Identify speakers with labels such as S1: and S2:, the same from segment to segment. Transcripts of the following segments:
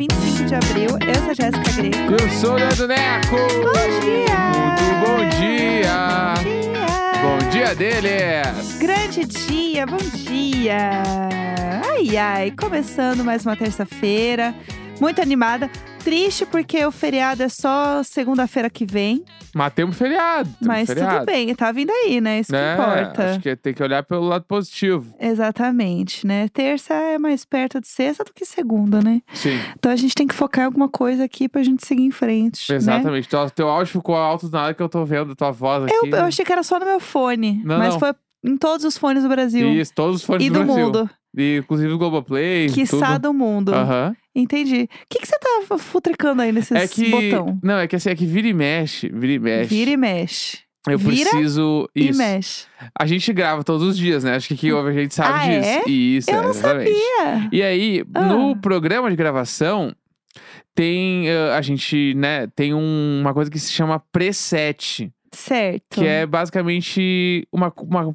S1: um é de abril. Eu sou a Jéssica Greco.
S2: Eu sou o Leandro Neco!
S1: Bom dia!
S2: Bom dia!
S1: Bom dia!
S2: Bom dia deles!
S1: Grande dia, bom dia! Ai, ai, começando mais uma terça-feira. Muito animada. Triste porque o feriado é só segunda-feira que vem.
S2: Matemos feriado. temos
S1: mas
S2: feriado,
S1: tudo bem, tá vindo aí, né? Isso
S2: Né?
S1: que importa.
S2: Acho que tem que olhar pelo lado positivo.
S1: Exatamente, né? Terça é mais perto de sexta do que segunda, né?
S2: Sim,
S1: Então a gente tem que focar em alguma coisa aqui pra gente seguir em frente. né?
S2: exatamente. Teu, teu áudio ficou alto na hora que eu tô vendo tua voz aqui.
S1: Eu, eu achei que era só no meu fone,
S2: Não,
S1: mas
S2: não.
S1: foi em todos os fones do Brasil
S2: Isso, todos os fones
S1: e do
S2: Brasil.
S1: mundo.
S2: E, inclusive o Globoplay.
S1: Quiçá
S2: tudo.
S1: do mundo.
S2: Aham.
S1: Entendi. O que, que você tá futricando aí nesses
S2: É que.
S1: botão?
S2: Não, é que assim, é que vira e mexe. Vira e mexe.
S1: Vira e mexe.
S2: eu
S1: vira
S2: preciso.
S1: E
S2: isso.
S1: mexe.
S2: A gente grava todos os dias, né? Acho que quem ouve a gente sabe
S1: Ah,
S2: disso.
S1: é?
S2: Isso,
S1: Eu não
S2: exatamente.
S1: Ia.
S2: E aí,
S1: Ah.
S2: no programa de gravação, tem. eh, a gente, né, tem um- uma coisa que se chama preset,
S1: Certo.
S2: que é basicamente uma, uma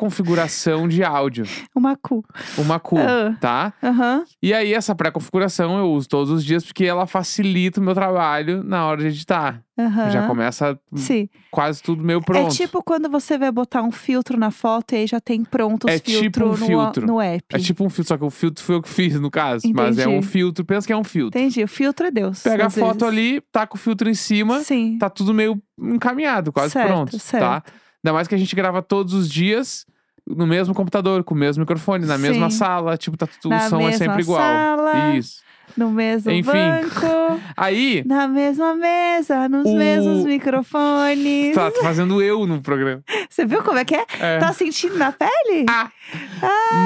S2: pré-configuração de áudio,
S1: Uma cu.
S2: uma CU,
S1: Ah.
S2: tá?
S1: Aham.
S2: E aí, essa pré-configuração eu uso todos os dias porque ela facilita o meu trabalho na hora de editar.
S1: Aham.
S2: Já começa
S1: Sim.
S2: quase tudo meio pronto.
S1: É tipo quando você vai botar um filtro na foto e aí já tem pronto os
S2: É tipo
S1: filtros
S2: um
S1: no,
S2: filtro.
S1: no app.
S2: É tipo um filtro, só que o filtro foi eu que fiz, no caso. Mas é
S1: Entendi.
S2: um filtro, pensa que é um filtro.
S1: Entendi. O filtro é Deus.
S2: Pega a
S1: às
S2: foto
S1: vezes.
S2: ali, taca o filtro em cima.
S1: Sim.
S2: tá tudo meio encaminhado, quase
S1: Certo,
S2: pronto, tá?
S1: certo.
S2: Ainda mais que a gente grava todos os dias no mesmo computador, com o mesmo microfone, na mesma
S1: Sim.
S2: sala, tipo, tá tudo,
S1: Na
S2: o som é
S1: mesma
S2: sempre igual.
S1: sala.
S2: Isso.
S1: No mesmo
S2: Enfim.
S1: banco,
S2: Aí,
S1: na mesma mesa, nos
S2: O-
S1: mesmos microfones.
S2: tá tá fazendo eu no programa.
S1: Você viu como é que é?
S2: É.
S1: Tá sentindo na pele?
S2: Ah.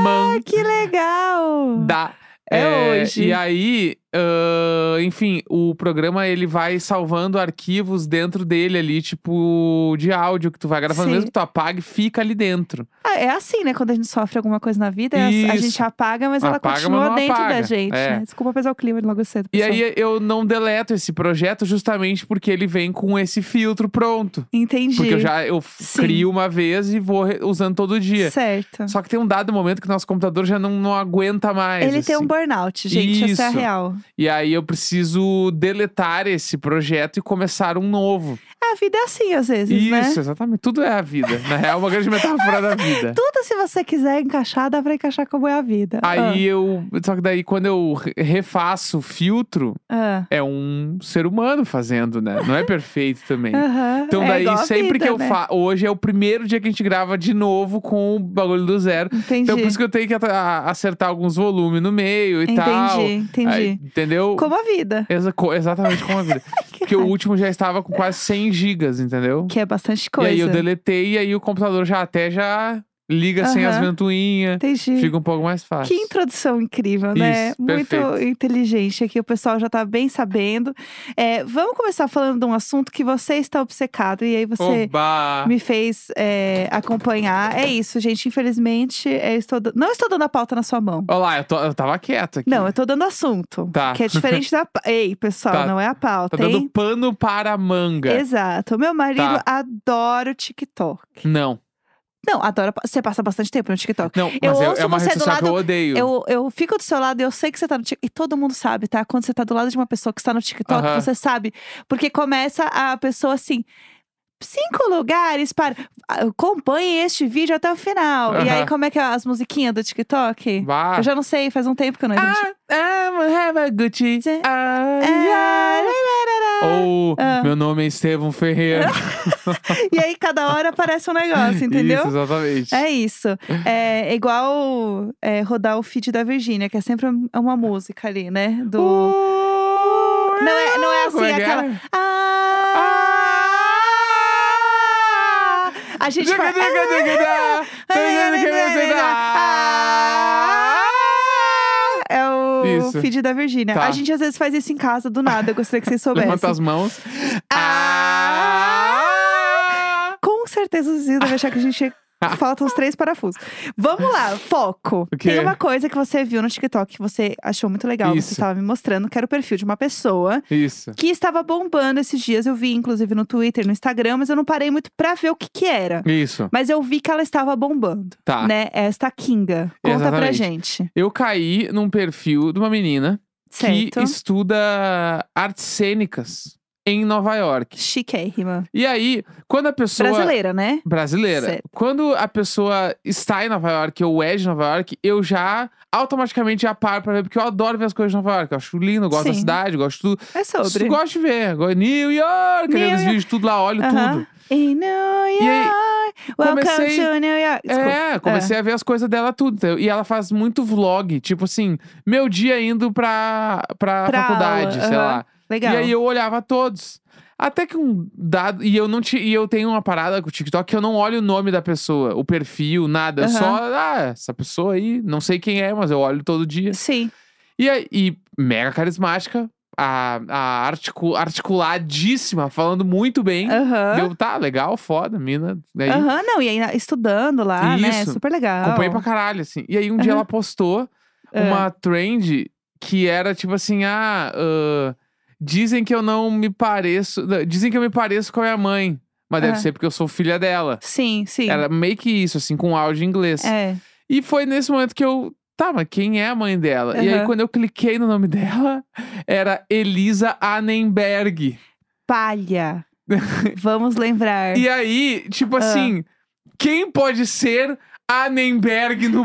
S2: Man-
S1: Ah, que legal!
S2: Dá.
S1: É hoje.
S2: E aí, ahn, enfim, o programa ele vai salvando arquivos dentro dele ali, tipo, de áudio que tu vai gravando.
S1: Sim.
S2: Mesmo que tu apague, fica ali dentro.
S1: Ah, é assim, né? Quando a gente sofre alguma coisa na vida, a- a
S2: Isso.
S1: gente apaga, mas ela
S2: Apaga, mas
S1: continua
S2: não
S1: dentro da
S2: apaga.
S1: gente.
S2: É.
S1: né? Desculpa pesar o clima de logo cedo.
S2: E
S1: pessoal.
S2: aí eu não deleto esse projeto justamente porque ele vem com esse filtro pronto.
S1: Entendi.
S2: Porque eu já eu f-
S1: Sim.
S2: crio uma vez e vou re- usando todo dia.
S1: Certo.
S2: Só que tem um dado momento que nosso computador já não, não aguenta mais.
S1: Ele tem um
S2: assim.
S1: burnout, gente. Essa é a
S2: Isso.
S1: real.
S2: E aí eu preciso deletar esse projeto e começar um novo.
S1: A vida é assim, às vezes,
S2: Isso,
S1: né?
S2: exatamente. Tudo é a vida. Na real, é uma grande metáfora da vida.
S1: Tudo, se você quiser encaixar, dá pra encaixar como é a vida.
S2: Aí eu. Só que daí, quando eu re- refaço o filtro,
S1: Ah,
S2: é um ser humano fazendo, né? Não é perfeito também.
S1: ah, aham.
S2: Então,
S1: É
S2: daí,
S1: igual a
S2: sempre
S1: vida,
S2: que eu
S1: né?
S2: faço. Hoje é o primeiro dia que a gente grava de novo com o bagulho do zero.
S1: Entendi.
S2: Então, por isso que eu tenho que ata- a- acertar alguns volumes no meio e tal.
S1: Entendi, entendi.
S2: Aí, entendeu?
S1: Como a vida.
S2: Exa- co- exatamente como a vida. Porque o último já estava com quase 100 gigas, entendeu?
S1: Que é bastante coisa.
S2: E aí eu deletei e aí o computador já até já liga sem as
S1: Aham.
S2: ventoinhas.
S1: Entendi.
S2: Fica um pouco mais
S1: Que
S2: fácil.
S1: introdução incrível, né?
S2: Isso,
S1: Muito
S2: perfeito.
S1: inteligente aqui, o pessoal já tá bem sabendo. É, vamos começar falando de um assunto que você está obcecado e aí você
S2: Oba!
S1: me fez é, acompanhar. É isso, gente. Infelizmente, é, estou da- não estou dando a pauta na sua mão.
S2: Olha lá, eu, tô- eu tava quieto aqui.
S1: Não, eu tô dando assunto.
S2: Tá.
S1: Que é diferente da. pa- Ei, pessoal,
S2: Tá.
S1: não é a pauta,
S2: Tá dando Tá.
S1: hein?
S2: pano para a manga.
S1: Exato. Meu marido adora o TikTok.
S2: Não,
S1: Não, adora. Você passa bastante tempo no TikTok.
S2: não, mas
S1: Então, Eu
S2: é- é
S1: ouço
S2: uma
S1: você
S2: rede
S1: do
S2: social que eu
S1: lado-
S2: odeio.
S1: Eu, eu fico do seu lado e eu sei que você tá no TikTok. E todo mundo sabe, tá? Quando você tá do lado de uma pessoa que está no TikTok,
S2: Aham.
S1: você sabe. Porque começa a pessoa assim. Cinco lugares para. "Ah, Acompanhe este vídeo até o final. E aí,
S2: Aham.
S1: como é que é as musiquinhas do TikTok?
S2: Bah.
S1: Eu já não sei, faz um tempo que eu não entro no TikTok.
S2: Ah, I'm a have a Gucci.
S1: Zé-
S2: Ah, yeah. Ou
S1: é. Ah.
S2: meu nome é Estevão Ferreira.
S1: É, E aí, cada hora aparece um negócio, entendeu?
S2: Isso, exatamente.
S1: É isso. É igual é, rodar o feed da Virgínia, que é sempre uma música ali, né? Do. Não é, não é assim,
S2: Uh, Como é que é?
S1: aquela. Ah! A gente
S2: Diga,
S1: fala. "É,
S2: diga, diga, dá. Diga, diga, diga, dá.
S1: É o
S2: Isso.
S1: feed da Virgínia.
S2: Tá.
S1: A gente às vezes faz isso em casa do nada, eu gostaria que vocês
S2: Levanta
S1: soubessem.
S2: as mãos. Ah.
S1: Com certeza o Zizi deve achar que a gente. Faltam os três parafusos. Vamos lá, foco.
S2: O quê?
S1: Tem uma coisa que você viu no TikTok que você achou muito legal,
S2: Isso.
S1: você estava me mostrando, que era o perfil de uma pessoa
S2: Isso.
S1: que estava bombando esses dias. Eu vi, inclusive, no Twitter, no Instagram, mas eu não parei muito pra ver o que que era.
S2: Isso.
S1: Mas eu vi que ela estava bombando,
S2: Tá.
S1: né? Esta Kinga. Conta pra
S2: Exatamente.
S1: gente.
S2: Eu caí num perfil de uma menina
S1: Certo.
S2: que estuda artes cênicas em Nova York.
S1: Chiquérrima.
S2: E aí, quando a pessoa.
S1: Brasileira, né?
S2: Brasileira.
S1: Certo.
S2: Quando a pessoa está em Nova York ou é de Nova York, eu já automaticamente já paro pra ver, porque eu adoro ver as coisas de Nova York. Eu acho lindo, eu gosto da
S1: Sim.
S2: cidade, eu gosto de tudo.
S1: É sobre.
S2: Eu gosto de ver. Gosto de New York, né?
S1: New
S2: olhando os
S1: York.
S2: vídeos, tudo lá, olho
S1: Aham.
S2: tudo.
S1: Em New York.
S2: E aí,
S1: Welcome
S2: comecei-
S1: to New York. Desculpa.
S2: É, comecei a ver as coisas dela tudo. entendeu? E ela faz muito vlog, tipo assim, meu dia indo pra, pra,
S1: Pra
S2: faculdade,
S1: aula,
S2: sei
S1: aham.
S2: lá.
S1: Legal.
S2: E aí eu olhava todos. Até que um dado. E eu não ti- e eu tenho uma parada com o TikTok que eu não olho o nome da pessoa, o perfil, nada. Eu
S1: Aham.
S2: só, ah, essa pessoa aí, não sei quem é, mas eu olho todo dia.
S1: Sim.
S2: E, aí- e mega carismática, a, a articu- articuladíssima, falando muito bem.
S1: Aham.
S2: Eu, tá, legal, foda, mina. Daí,
S1: Aham, não, e aí estudando lá, né?
S2: Isso.
S1: Super legal.
S2: Acompanhei pra caralho, assim. E aí um dia
S1: Aham.
S2: ela postou
S1: Ah.
S2: uma trend que era tipo assim, ah, ah, dizem que eu não me pareço, não, dizem que eu me pareço com a minha mãe, mas deve
S1: Ah.
S2: ser porque eu sou filha dela.
S1: Sim, sim.
S2: Era meio que isso, assim, com áudio em inglês.
S1: É.
S2: E foi nesse momento que eu, tá, mas quem é a mãe dela? E aí
S1: Aham.
S2: quando eu cliquei no nome dela, era Elisa Annenberg.
S1: Palha. Vamos lembrar.
S2: E aí,
S1: Ah.
S2: tipo assim, quem pode ser Annenberg no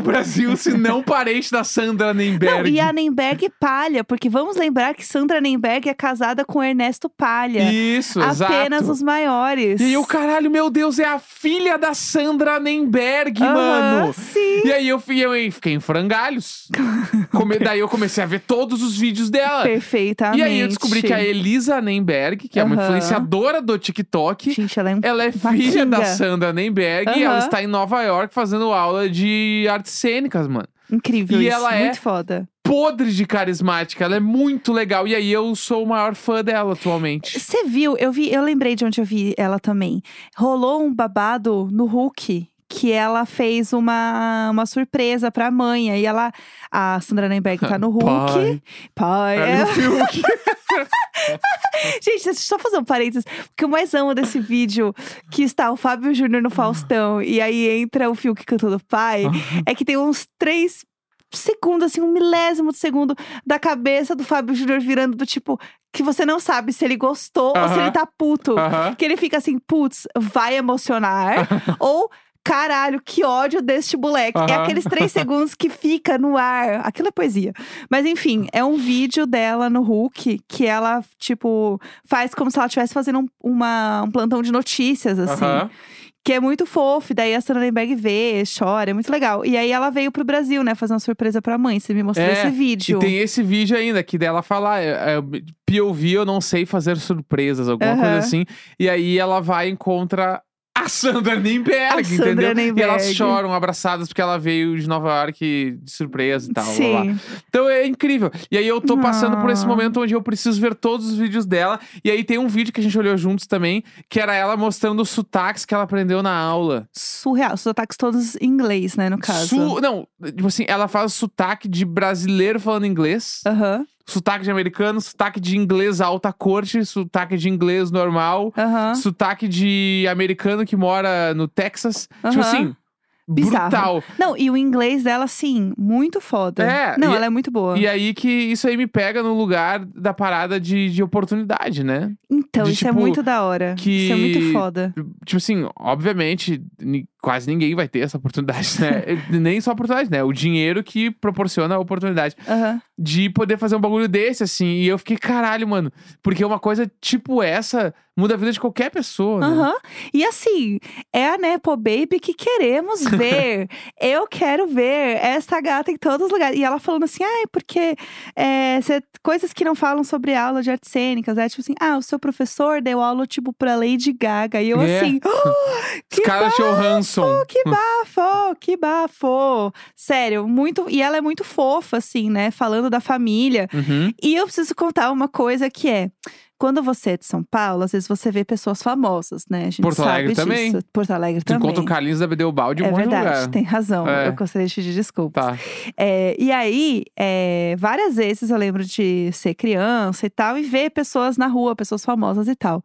S2: Brasil se não parente da Sandra Annenberg?
S1: Não, e a Nemberg Palha, porque vamos lembrar que Sandra Nemberg é casada com Ernesto Palha.
S2: Isso,
S1: apenas
S2: exato.
S1: os maiores.
S2: E aí, o caralho, meu Deus, é a filha da Sandra Nemberg,
S1: Aham,
S2: mano.
S1: Sim.
S2: E aí eu, fui- eu, hein, fiquei em frangalhos. Come- daí eu comecei a ver todos os vídeos dela.
S1: Perfeitamente.
S2: E aí eu descobri que a Elisa Nemberg, que é uma
S1: Aham.
S2: influenciadora do TikTok,
S1: Gente, ela é um-
S2: ela é
S1: Uma
S2: filha da
S1: kinga.
S2: Sandra Nemberg e
S1: Aham.
S2: ela está em Nova York fazendo aula de artes cênicas, mano.
S1: incrível.
S2: E
S1: isso,
S2: ela é-
S1: Muito foda.
S2: Podre de carismática, ela é muito legal. E aí eu sou o maior fã dela atualmente.
S1: Você viu? Eu vi, eu lembrei de onde eu vi ela também. Rolou um babado no Hulk que ela fez uma, uma surpresa pra mãe. Aí ela. A Sandra Nemberg tá no Hulk. Pai.
S2: É.
S1: é.
S2: o Fiuk.
S1: Gente, deixa eu só fazer um parênteses. O que eu mais amo desse vídeo, que está o Fábio Júnior no Faustão, e aí entra o Fiuk cantando pai, é que tem uns três segundos, assim, um milésimo de segundo da cabeça do Fábio Júnior virando do tipo, que você não sabe se ele gostou ou se
S2: Aham.
S1: ele tá puto.
S2: Aham.
S1: Que ele fica assim, putz, vai emocionar. ou. Caralho, que ódio deste moleque. É
S2: Aham.
S1: aqueles trêis segundos que fica no ar. Aquilo é poesia. Mas enfim, é um vídeo dela no Hulk que ela, tipo, faz como se ela estivesse fazendo um, uma- um plantão de notícias, assim.
S2: Aham.
S1: Que é muito fofo. E daí a Sandra Lemberg vê, chora, é muito legal. E aí ela veio pro Brasil, né, fazer uma surpresa pra mãe. Você me mostrou
S2: É,
S1: esse
S2: E
S1: vídeo.
S2: tem esse vídeo ainda que dela falar, é, é, POV, eu não sei fazer surpresas, alguma
S1: Aham.
S2: coisa assim. E aí ela vai e encontra a Sandra Nimberg,
S1: A Sandra
S2: entendeu? E elas
S1: Nimberg.
S2: choram abraçadas porque ela veio de Nova York de surpresa e tal. blá, blá.
S1: Sim.
S2: Então é incrível. E aí eu tô passando por esse
S1: Ah.
S2: momento onde eu preciso ver todos os vídeos dela. E aí tem um vídeo que a gente olhou juntos também, que era ela mostrando os sotaques que ela aprendeu na aula.
S1: Surreal. Os ataques todos em inglês, né, no caso.
S2: Su- não, tipo assim, ela faz sotaque de brasileiro falando inglês.
S1: Aham,
S2: sotaque de americano, sotaque de inglês alta corte, sotaque de inglês normal,
S1: aham.
S2: sotaque de americano que mora no Texas. Tipo
S1: Aham.
S2: assim,
S1: Bizarro.
S2: brutal.
S1: Não, e o inglês dela, sim, muito foda.
S2: É,
S1: Não,
S2: e-
S1: ela é muito boa.
S2: E aí que isso aí me pega no lugar da parada de, de oportunidade, né?
S1: então,
S2: de,
S1: isso é
S2: tipo,
S1: muito da hora.
S2: que-
S1: Isso é muito foda.
S2: Tipo assim, obviamente, ni- quase ninguém vai ter essa oportunidade, né? Nem só oportunidade, né? O dinheiro que proporciona a oportunidade.
S1: Aham.
S2: de poder fazer um bagulho desse, assim. E eu fiquei, caralho, mano. Porque uma coisa tipo essa muda a vida de qualquer pessoa. né?
S1: Aham. E assim, é a Nepo Baby que queremos ver. Eu quero ver esta gata em todos os lugares. E ela falando assim, ai, porque é, cê- coisas que não falam sobre aula de artes cênicas, é tipo assim, ah, o seu professor deu aula tipo pra Lady Gaga. E eu
S2: É.
S1: assim, que
S2: Scarlett Johansson.
S1: Oh, que bafo, que bafo. Sério, muito. E ela é muito fofa, assim, né? Falando da família.
S2: Uhum.
S1: E eu preciso contar uma coisa que é. Quando você é de São Paulo, às vezes você vê pessoas famosas, né? A gente
S2: Porto
S1: sabe
S2: Alegre
S1: disso.
S2: também.
S1: Porto Alegre
S2: Tu
S1: também.
S2: encontra o Carlinhos da Bedelbalde em
S1: é
S2: um monte de
S1: verdade,
S2: lugar.
S1: tem razão.
S2: É.
S1: Eu gostaria de pedir desculpas.
S2: Tá.
S1: É, e aí, é, várias vezes eu lembro de ser criança e tal, e ver pessoas na rua, pessoas famosas e tal.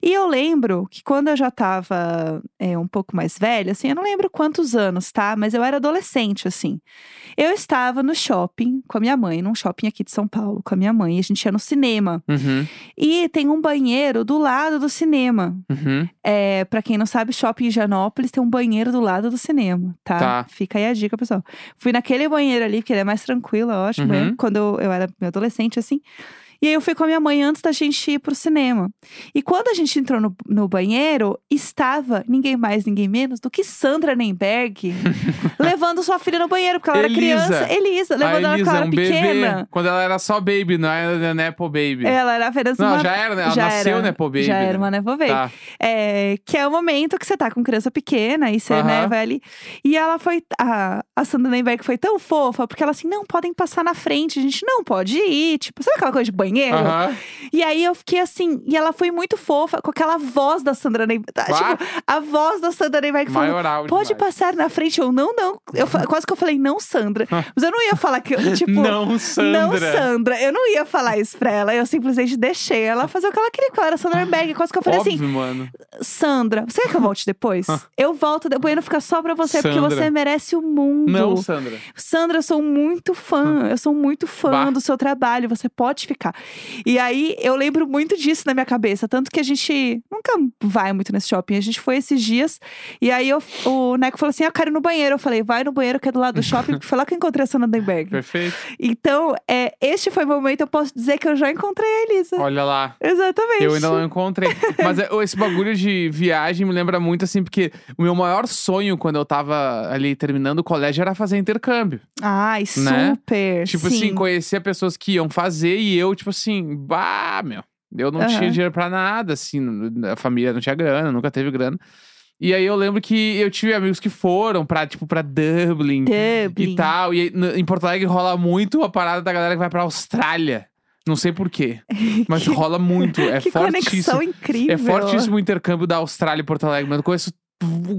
S1: E eu lembro que quando eu já tava é, um pouco mais velha, assim, eu não lembro quantos anos, tá? Mas eu era adolescente, assim. Eu estava no shopping com a minha mãe, num shopping aqui de São Paulo, com a minha mãe, e a gente ia no cinema.
S2: Uhum,
S1: E tem um banheiro do lado do cinema.
S2: uhum.
S1: É, para quem não sabe, shopping em Janópolis tem um banheiro do lado do cinema, tá?
S2: Tá.
S1: Fica aí a dica, pessoal. Fui naquele banheiro ali, porque ele é mais tranquilo, é ótimo,
S2: Uhum.
S1: né? Quando eu, eu era meu adolescente, assim. E aí eu fui com a minha mãe antes da gente ir pro cinema. E quando a gente entrou no, no banheiro, estava ninguém mais, ninguém menos do que Sandra Nemberg levando sua filha no banheiro, porque ela era
S2: Elisa.
S1: criança. Elisa, levando
S2: a
S1: ela
S2: Elisa,
S1: quando ela
S2: um
S1: era pequena.
S2: bebê. Quando ela era só baby, não era Nepo Baby.
S1: Ela era apenas
S2: não,
S1: uma.
S2: já era, né? Ela
S1: já
S2: nasceu
S1: era,
S2: Nepo Baby.
S1: Já era uma né? Nepo Baby.
S2: Tá.
S1: É, que é o momento que você tá com criança pequena e você, né,
S2: Aham.
S1: vai ali. E ela foi. A, a Sandra Nemberg foi tão fofa, porque ela assim, não podem passar na frente, a gente não pode ir. Tipo, sabe aquela coisa de banheiro?
S2: Aham.
S1: E aí eu fiquei assim, e ela foi muito fofa com aquela voz da Sandra Nemberg. tá?
S2: Bah.
S1: Tipo, a voz da Sandra Nemberg falando.
S2: Maioral
S1: Pode
S2: demais.
S1: passar na frente ou não, não. Eu fa- quase que eu falei, não, Sandra. Mas eu não ia falar que, eu, tipo,
S2: Ah. Não, Sandra.
S1: não, Sandra. Eu não ia falar isso pra ela. Eu simplesmente deixei ela fazer o que ela queria com ela. Era Sandra Berg. Quase que eu falei
S2: Óbvio,
S1: assim:
S2: mano.
S1: Sandra, você quer que eu volte depois? eu volto depois. Não fica só pra você, porque
S2: Ah. Sandra.
S1: você merece o mundo.
S2: Não, Sandra.
S1: Sandra, eu sou muito fã. Eu sou muito fã
S2: Bah.
S1: do seu trabalho. Você pode ficar. E aí, eu lembro muito disso na minha cabeça. Tanto que a gente nunca vai muito nesse shopping. A gente foi esses dias. E aí, eu- o Neco falou assim: Eu quero ir no banheiro. Eu falei: Vai no banheiro que é do lado do shopping. porque foi lá que eu encontrei a Sandra Berg.
S2: Perfeito.
S1: Então, é, este foi o momento, eu posso dizer que eu já encontrei a Elisa.
S2: Olha lá.
S1: Exatamente.
S2: Eu ainda não encontrei. Mas é, esse bagulho de viagem me lembra muito, assim, porque o meu maior sonho quando eu tava ali terminando o colégio era fazer intercâmbio.
S1: Ai,
S2: Né?
S1: super.
S2: Tipo
S1: sim.
S2: assim, conhecer pessoas que iam fazer e eu, tipo assim, bah, meu. Eu não
S1: Aham.
S2: tinha dinheiro pra nada, assim, n- a família não tinha grana, nunca teve grana. E aí eu lembro que eu tive amigos que foram pra, tipo, pra Dublin,
S1: Dublin.
S2: e tá, tal. E aí, n- em Porto Alegre rola muito a parada da galera que vai pra Austrália. Não sei porquê, mas rola muito. É
S1: É que
S2: fortíssimo.
S1: conexão incrível. né?
S2: É fortíssimo o intercâmbio da Austrália e Porto Alegre, mas eu conheço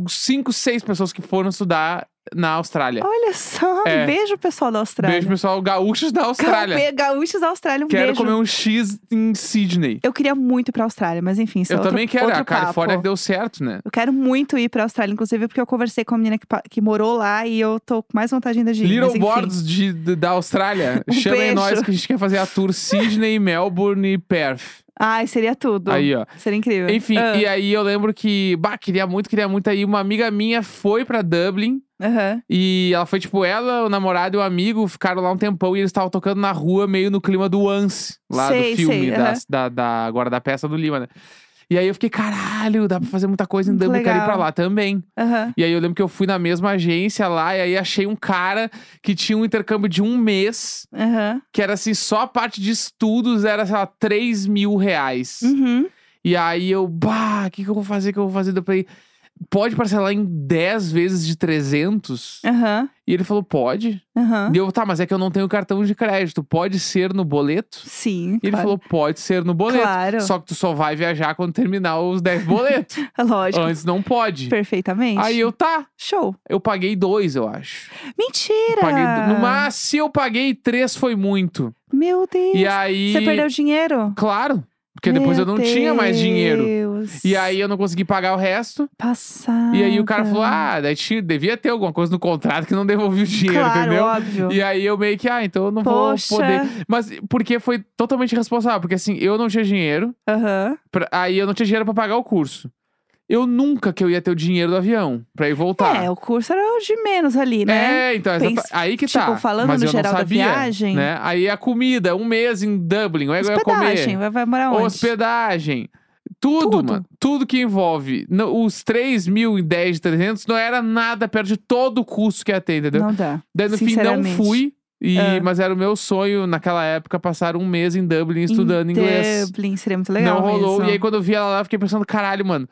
S2: cinco, seis pessoas que foram estudar na Austrália.
S1: Olha só,
S2: É.
S1: um beijo pessoal da Austrália.
S2: Beijo, pessoal, gaúchos da Austrália.
S1: Cauê, Gaúchos da Austrália, um
S2: Quero
S1: beijo.
S2: comer um X em Sydney.
S1: Eu queria muito ir pra Austrália, mas enfim, isso
S2: eu
S1: é outro-
S2: também quero. ah,
S1: outro
S2: A Califórnia
S1: papo.
S2: deu certo, né?
S1: Eu quero muito ir pra Austrália, inclusive, porque eu conversei com a menina que, pa- que morou lá e eu tô com mais vontade ainda de ir. mas,
S2: Little
S1: enfim.
S2: Boards de- de- da Austrália.
S1: Um
S2: Chamem
S1: beijo.
S2: nós que a gente quer fazer a tour Sydney, Melbourne e Perth.
S1: Ai, seria tudo.
S2: Aí, ó.
S1: Seria incrível.
S2: Enfim,
S1: Ah,
S2: e aí eu lembro que, bah, queria muito, queria muito. Aí uma amiga minha foi pra Dublin
S1: aham.
S2: e ela foi, tipo, ela, o namorado e o amigo ficaram lá um tempão e eles estavam tocando na rua, meio no clima do Once, lá
S1: Sei,
S2: do filme,
S1: sei,
S2: da,
S1: aham.
S2: da, da- agora da peça do Lima, né? E aí eu fiquei, caralho, dá pra fazer muita coisa em
S1: Muito
S2: Dublin, quero ir pra
S1: legal.
S2: lá também.
S1: aham.
S2: E aí eu lembro que eu fui na mesma agência lá e aí achei um cara que tinha um intercâmbio de um mês,
S1: Aham.
S2: que era assim, só a parte de estudos era, sei lá, 3 mil reais.
S1: Uhum.
S2: E aí eu, bah, o que, que eu vou fazer? O que eu vou fazer? Eu falei, pode parcelar em 10 vezes de 300?
S1: Aham.
S2: E ele falou, pode.
S1: Aham.
S2: E eu, tá, mas é que eu não tenho cartão de crédito. Pode ser no boleto?
S1: Sim.
S2: E ele
S1: claro.
S2: falou, pode ser no boleto.
S1: Claro.
S2: Só que tu só vai viajar quando terminar os 10 boletos.
S1: Lógico.
S2: Antes não pode.
S1: Perfeitamente.
S2: Aí eu, tá.
S1: Show.
S2: Eu paguei dois, eu acho.
S1: Mentira!
S2: Paguei, do-
S1: Tá.
S2: no máximo, se eu paguei três, foi muito.
S1: Meu Deus.
S2: E aí.
S1: Você perdeu dinheiro?
S2: Claro. Porque depois
S1: Meu
S2: eu não tinha mais dinheiro.
S1: Deus.
S2: E aí eu não consegui pagar o resto.
S1: Passada.
S2: E aí o cara falou:
S1: tá.
S2: Ah, daí tinha- devia ter alguma coisa no contrato que não devolveu o dinheiro,
S1: claro,
S2: entendeu?
S1: óbvio.
S2: E aí eu meio que, ah, então eu não
S1: Poxa.
S2: vou poder. Mas porque foi totalmente responsável, porque assim, eu não tinha dinheiro,
S1: Aham.
S2: pra- aí eu não tinha dinheiro pra pagar o curso. Eu nunca que eu ia ter o dinheiro do avião pra ir voltar.
S1: É, o curso era o de menos ali, né?
S2: Tá. É, então, exata-
S1: Pensa-
S2: aí que
S1: tipo,
S2: tá.
S1: falando
S2: Mas
S1: no
S2: eu
S1: geral
S2: não
S1: da
S2: sabia,
S1: viagem.
S2: Né? Aí a comida, um mês em Dublin, eu ia
S1: Hospedagem,
S2: comer.
S1: vai, vai morar onde?
S2: Hospedagem. Tudo,
S1: Tudo.
S2: mano. Tudo que envolve. Não, os 3 mil e 10 de 300 não era nada perto de todo o custo que ia ter, entendeu?
S1: Não dá.
S2: Daí no fim não
S1: Sinceramente.
S2: fui. E,
S1: Ah.
S2: Mas era o meu sonho naquela época passar um mês em Dublin estudando
S1: Em
S2: inglês.
S1: Dublin, seria muito legal
S2: não rolou.
S1: mesmo.
S2: E aí quando eu vi ela lá, eu fiquei pensando, caralho, mano.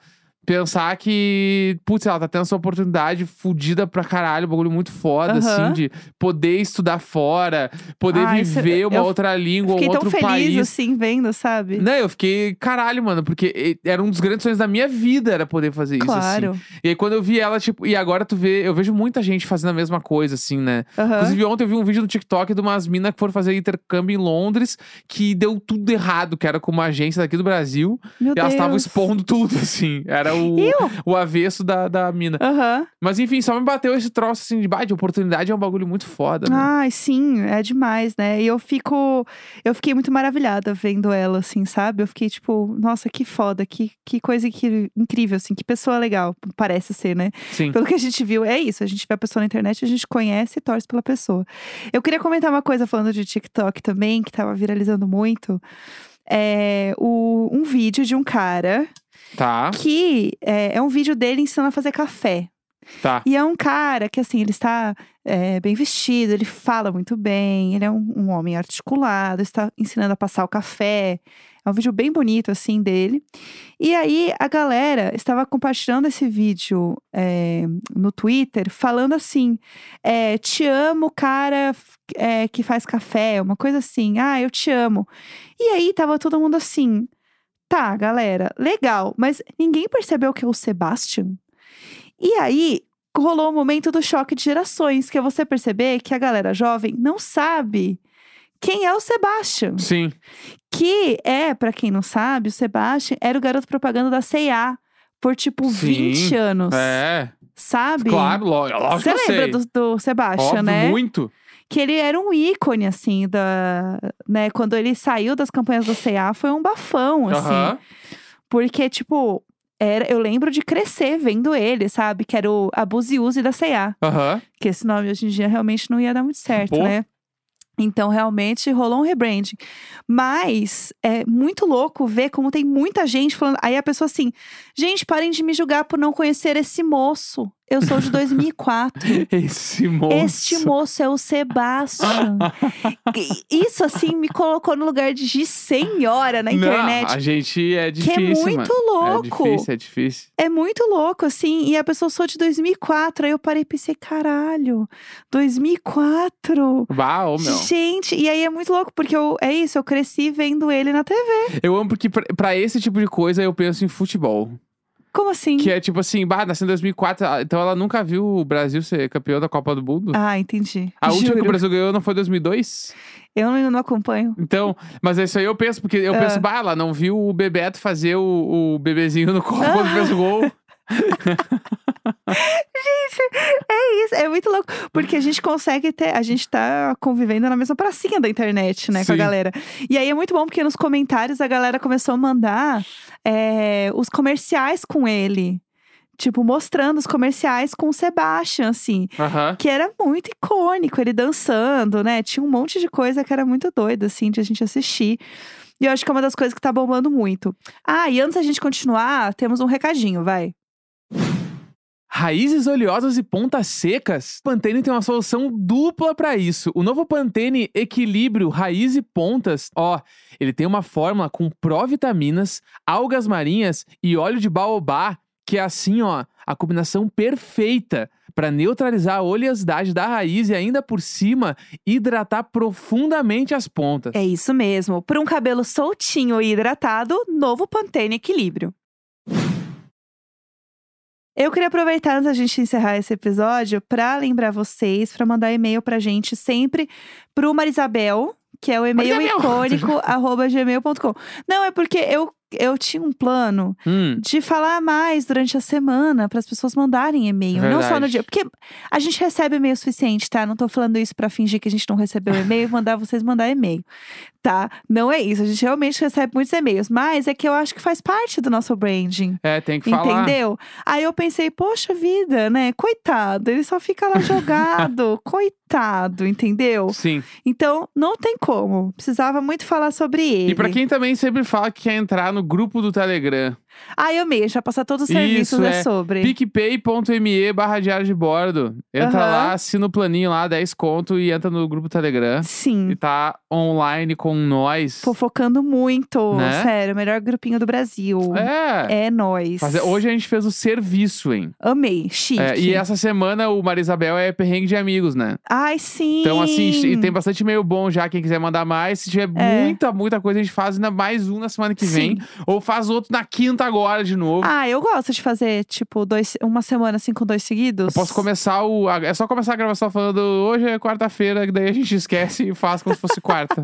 S2: Pensar que, putz, ela tá tendo essa oportunidade fodida pra caralho, um bagulho muito foda,
S1: Aham.
S2: assim, de poder estudar fora, poder
S1: Ah, isso-
S2: viver uma
S1: eu
S2: outra língua, um
S1: Fiquei tão
S2: outro
S1: feliz,
S2: país.
S1: assim, vendo, sabe?
S2: Não, Né, eu fiquei, caralho, mano, porque eh, era um dos grandes sonhos da minha vida, era poder fazer isso.
S1: claro.
S2: Assim. E aí, quando eu vi ela, tipo, e agora tu vê, eu vejo muita gente fazendo a mesma coisa, assim, né?
S1: Aham.
S2: Inclusive, ontem eu vi um vídeo no TikTok de umas minas que foram fazer intercâmbio em Londres, que deu tudo errado, que era com uma agência daqui do Brasil,
S1: Meu
S2: e elas estavam
S1: Deus.
S2: expondo tudo, assim. Era o,
S1: Eu?
S2: o avesso da, da mina.
S1: Aham.
S2: Mas enfim, só me bateu esse troço assim de, bah, de oportunidade é um bagulho muito foda, né?
S1: Ai, sim, é demais, né? E eu fico. Eu fiquei muito maravilhada vendo ela, assim, sabe? Eu fiquei tipo, nossa, que foda, que, que coisa que, incrível, assim, que pessoa legal, parece ser, né?
S2: Sim.
S1: Pelo que a gente viu, é isso. A gente vê a pessoa na internet, a gente conhece e torce pela pessoa. Eu queria comentar uma coisa falando de TikTok também, que tava viralizando muito. É o, um vídeo de um cara
S2: Tá,
S1: que é, é um vídeo dele ensinando a fazer café.
S2: tá.
S1: E é um cara que, assim, ele está é, bem vestido, ele fala muito bem, ele é um, um homem articulado, está ensinando a passar o café. É um vídeo bem bonito, assim, dele. E aí, a galera estava compartilhando esse vídeo é, no Twitter, falando assim: é, Te amo, cara f- é, que faz café, uma coisa assim. Ah, eu te amo. E aí, tava todo mundo assim. Tá, galera, legal, mas ninguém percebeu que é o Sebastian? E aí, rolou o momento do choque de gerações, que é você perceber que a galera jovem não sabe quem é o Sebastian.
S2: Sim.
S1: Que é, pra quem não sabe, o Sebastian era o garoto propaganda da CIA por tipo
S2: Sim,
S1: 20 anos.
S2: É.
S1: Sabe?
S2: Claro, lo- lógico que
S1: Você
S2: eu sei.
S1: lembra do, do Sebastian,
S2: Óbvio,
S1: né?
S2: muito.
S1: Que ele era um ícone, assim, da. Né? Quando ele saiu das campanhas da CIA, foi um bafão, assim.
S2: Aham.
S1: Porque, tipo, era, eu lembro de crescer vendo ele, sabe? Que era o Abuziuse da CIA.
S2: Aham.
S1: Que esse nome hoje em dia realmente não ia dar muito certo,
S2: Pô.
S1: né? Então, realmente rolou um rebranding. Mas é muito louco ver como tem muita gente falando. Aí a pessoa assim, gente, parem de me julgar por não conhecer esse moço. Eu sou de 2004.
S2: Esse moço.
S1: Este moço é o Sebastian. Que- Isso, assim, me colocou no lugar de senhora na
S2: Não,
S1: internet.
S2: a gente é
S1: que
S2: difícil,
S1: é muito
S2: mano.
S1: louco.
S2: É difícil, é difícil.
S1: É muito louco, assim. E a pessoa sou de 2004. Aí eu parei e pensei, caralho, 2004?
S2: Bah, ô, meu.
S1: Gente, e aí é muito louco, porque eu, é isso, eu cresci vendo ele na TV.
S2: Eu amo porque pra, pra esse tipo de coisa eu penso em futebol.
S1: Como assim?
S2: Que é tipo assim, bah, nasceu em 2004, ah, então ela nunca viu o Brasil ser campeão da Copa do Mundo.
S1: Ah, entendi.
S2: A última que o
S1: Juro.
S2: Brasil ganhou não foi em 2002?
S1: Eu não, eu não acompanho.
S2: Então, mas é isso aí eu penso, porque eu
S1: Ah.
S2: penso, bah, ela não viu o Bebeto fazer o, o bebezinho no colo
S1: Ah.
S2: quando fez o gol.
S1: É isso, é muito louco. Porque a gente consegue ter. A gente tá convivendo na mesma pracinha da internet, né? Com a
S2: Sim.
S1: galera. E aí é muito bom porque nos comentários a galera começou a mandar é, os comerciais com ele. Tipo, mostrando os comerciais com o Sebastian, assim.
S2: Aham.
S1: Que era muito icônico, ele dançando, né? Tinha um monte de coisa que era muito doida, assim, de a gente assistir. E eu acho que é uma das coisas que tá bombando muito. Ah, e antes da gente continuar, temos um recadinho, vai.
S2: Raízes oleosas e pontas secas? Pantene tem uma solução dupla pra isso. O novo Pantene Equilíbrio Raiz e Pontas, ó, ele tem uma fórmula com provitaminas, algas marinhas e óleo de baobá, que é assim, ó, a combinação perfeita pra neutralizar a oleosidade da raiz e ainda por cima hidratar profundamente as pontas.
S1: É isso mesmo. Por um cabelo soltinho e hidratado, novo Pantene Equilíbrio. Eu queria aproveitar antes da gente encerrar esse episódio para lembrar vocês para mandar e-mail pra gente sempre pro Marisabel, que é o e-mail
S2: Marisabel!
S1: icônico arroba gmail.com. Não, é porque eu, eu tinha um plano
S2: Hum,
S1: de falar mais durante a semana para as pessoas mandarem e-mail, não só no
S2: Verdade.
S1: dia, porque a gente recebe e-mail suficiente, tá? Não tô falando isso para fingir que a gente não recebeu e-mail e mandar vocês mandar e-mail, tá? Não é isso, a gente realmente recebe muitos e-mails, mas é que eu acho que faz parte do nosso branding.
S2: é, tem que falar.
S1: Entendeu? Aí eu pensei, poxa vida, né? Coitado, ele só fica lá jogado, coitado, entendeu?
S2: Sim.
S1: Então, não tem como. Precisava muito falar sobre ele.
S2: E pra quem também sempre fala que quer entrar no grupo do Telegram,
S1: Ah, eu amei. Já passar todos os serviços
S2: Isso,
S1: é,
S2: é.
S1: sobre.
S2: PicPay.me barra diário de bordo. Entra
S1: Aham.
S2: lá, assina o planinho lá, 10 conto e entra no grupo Telegram.
S1: Sim.
S2: E tá online com nós.
S1: Fofocando muito.
S2: Né?
S1: Sério, melhor grupinho do Brasil.
S2: É.
S1: É nóis.
S2: Fazer- Hoje a gente fez o serviço, hein?
S1: Amei. Chique.
S2: É, e essa semana o Marisabel é perrengue de amigos, né?
S1: Ai, sim.
S2: Então, assim, e tem bastante e-mail bom já. Quem quiser mandar mais, se tiver
S1: É.
S2: muita, muita coisa, a gente faz ainda mais um na semana que
S1: Sim.
S2: vem. Ou faz outro na quinta agora de novo.
S1: Ah, eu gosto de fazer, tipo, dois, uma semana assim com dois seguidos.
S2: Eu posso começar o. a- É só começar a gravação falando hoje é quarta-feira, que daí a gente esquece e faz como se fosse quarta.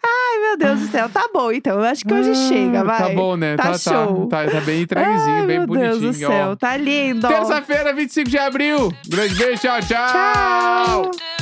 S1: Ai, meu Deus do céu. Tá bom, então. Eu acho que hoje
S2: Ah,
S1: chega, vai.
S2: Tá bom, né?
S1: Tá
S2: tá,
S1: show.
S2: tá. Tá, tá bem entreguezinho,
S1: Ai,
S2: bem
S1: meu
S2: bonitinho.
S1: Deus do
S2: ó.
S1: céu. Tá lindo.
S2: Terça-feira, 25 de abril. Grande beijo, tchau, tchau.
S1: Tchau.